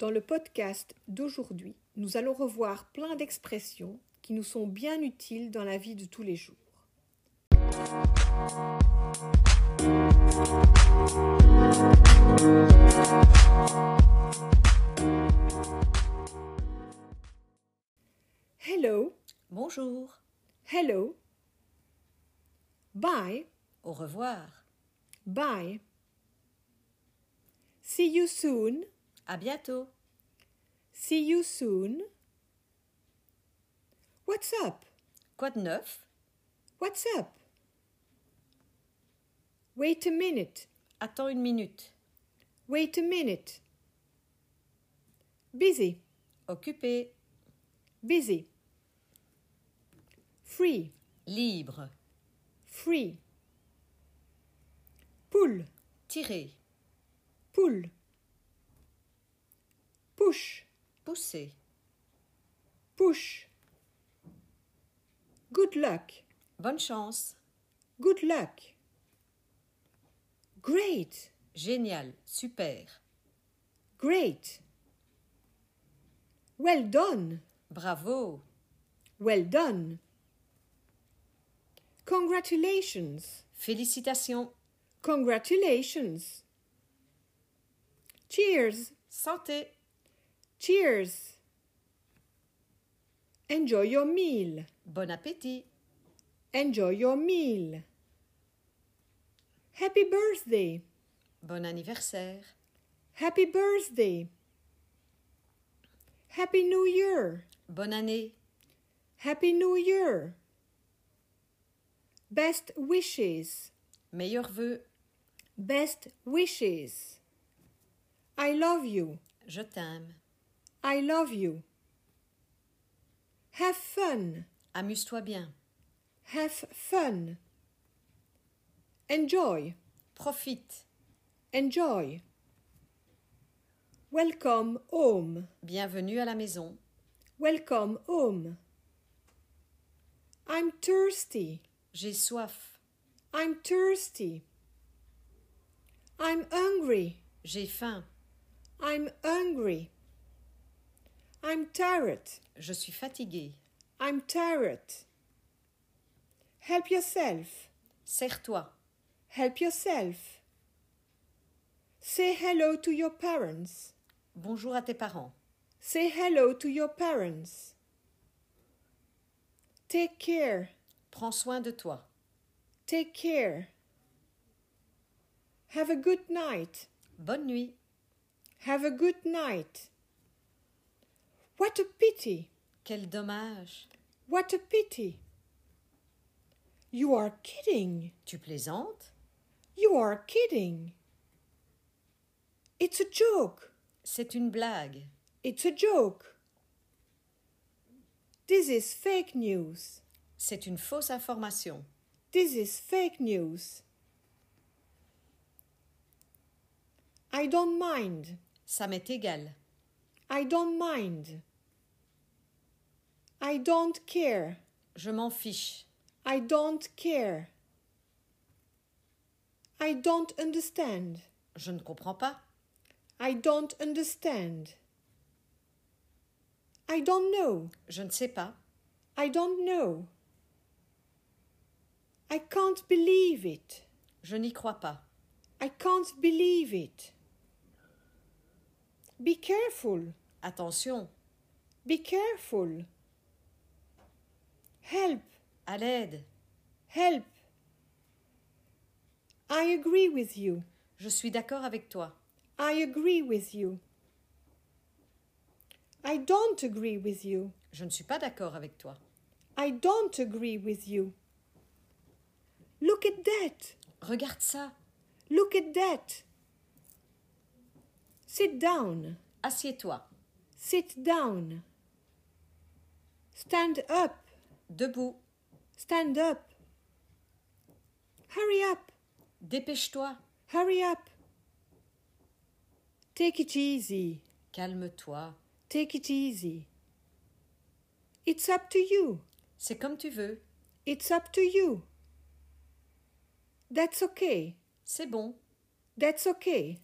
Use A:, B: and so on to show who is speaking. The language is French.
A: Dans le podcast d'aujourd'hui, nous allons revoir plein d'expressions qui nous sont bien utiles dans la vie de tous les jours. Hello,
B: Bonjour,
A: hello. Bye,
B: au revoir,
A: bye. See you soon.
B: à bientôt,
A: See you soon. What's up?
B: quoi de neuf
A: What's up? Wait a minute.
B: Attends une minute,
A: Wait a minute. Busy.
B: occupé,
A: Busy. Free.
B: libre,
A: Free. Pull.
B: tirer,
A: Pull. Push.
B: pousser,
A: Push. Good luck.
B: bonne chance,
A: Good luck. Great.
B: génial, super,
A: Great. Well done.
B: bravo,
A: Well done. Congratulations.
B: félicitations,
A: Congratulations. Cheers.
B: santé,
A: Cheers. Enjoy your meal.
B: bon appétit,
A: Enjoy your meal. Happy birthday.
B: bon anniversaire,
A: Happy birthday. Happy New Year.
B: bonne année,
A: Happy New Year. Best wishes.
B: meilleurs vœux,
A: Best wishes. I love you.
B: je t'aime,
A: I love you. Have fun.
B: amuse-toi bien,
A: Have fun. Enjoy.
B: profite,
A: Enjoy. Welcome home.
B: bienvenue à la maison,
A: Welcome home. I'm thirsty.
B: j'ai soif,
A: I'm thirsty. I'm hungry.
B: j'ai faim,
A: I'm hungry. I'm tired.
B: je suis fatigué,
A: I'm tired. Help yourself.
B: serre-toi,
A: Help yourself. Say hello to your parents.
B: bonjour à tes parents,
A: Say hello to your parents. Take care.
B: prends soin de toi.
A: Take care. Have a good night.
B: Bonne nuit.
A: Have a good night. What a pity.
B: Quel dommage.
A: What a pity. You are kidding.
B: Tu plaisantes
A: You are kidding. It's a joke.
B: C'est une blague.
A: It's a joke. This is fake news.
B: C'est une fausse information.
A: This is fake news. I don't mind.
B: Ça m'est égal.
A: I don't mind. I don't care.
B: Je m'en fiche.
A: I don't care. I don't understand.
B: Je ne comprends pas.
A: I don't understand. I don't know.
B: Je ne sais pas.
A: I don't know. I can't believe it.
B: Je n'y crois pas.
A: I can't believe it. Be careful.
B: Attention.
A: Be careful. Help.
B: À l'aide.
A: Help. I agree with you.
B: Je suis d'accord avec toi.
A: I agree with you. I don't agree with you.
B: Je ne suis pas d'accord avec toi.
A: I don't agree with you. Look at that.
B: Regarde ça.
A: Look at that. Sit down.
B: Assieds-toi.
A: Sit down. Stand up.
B: Debout.
A: Stand up. Hurry up.
B: Dépêche-toi.
A: Hurry up. Take it easy.
B: Calme-toi.
A: Take it easy. It's up to you.
B: C'est comme tu veux.
A: It's up to you. That's okay.
B: C'est bon.
A: That's okay.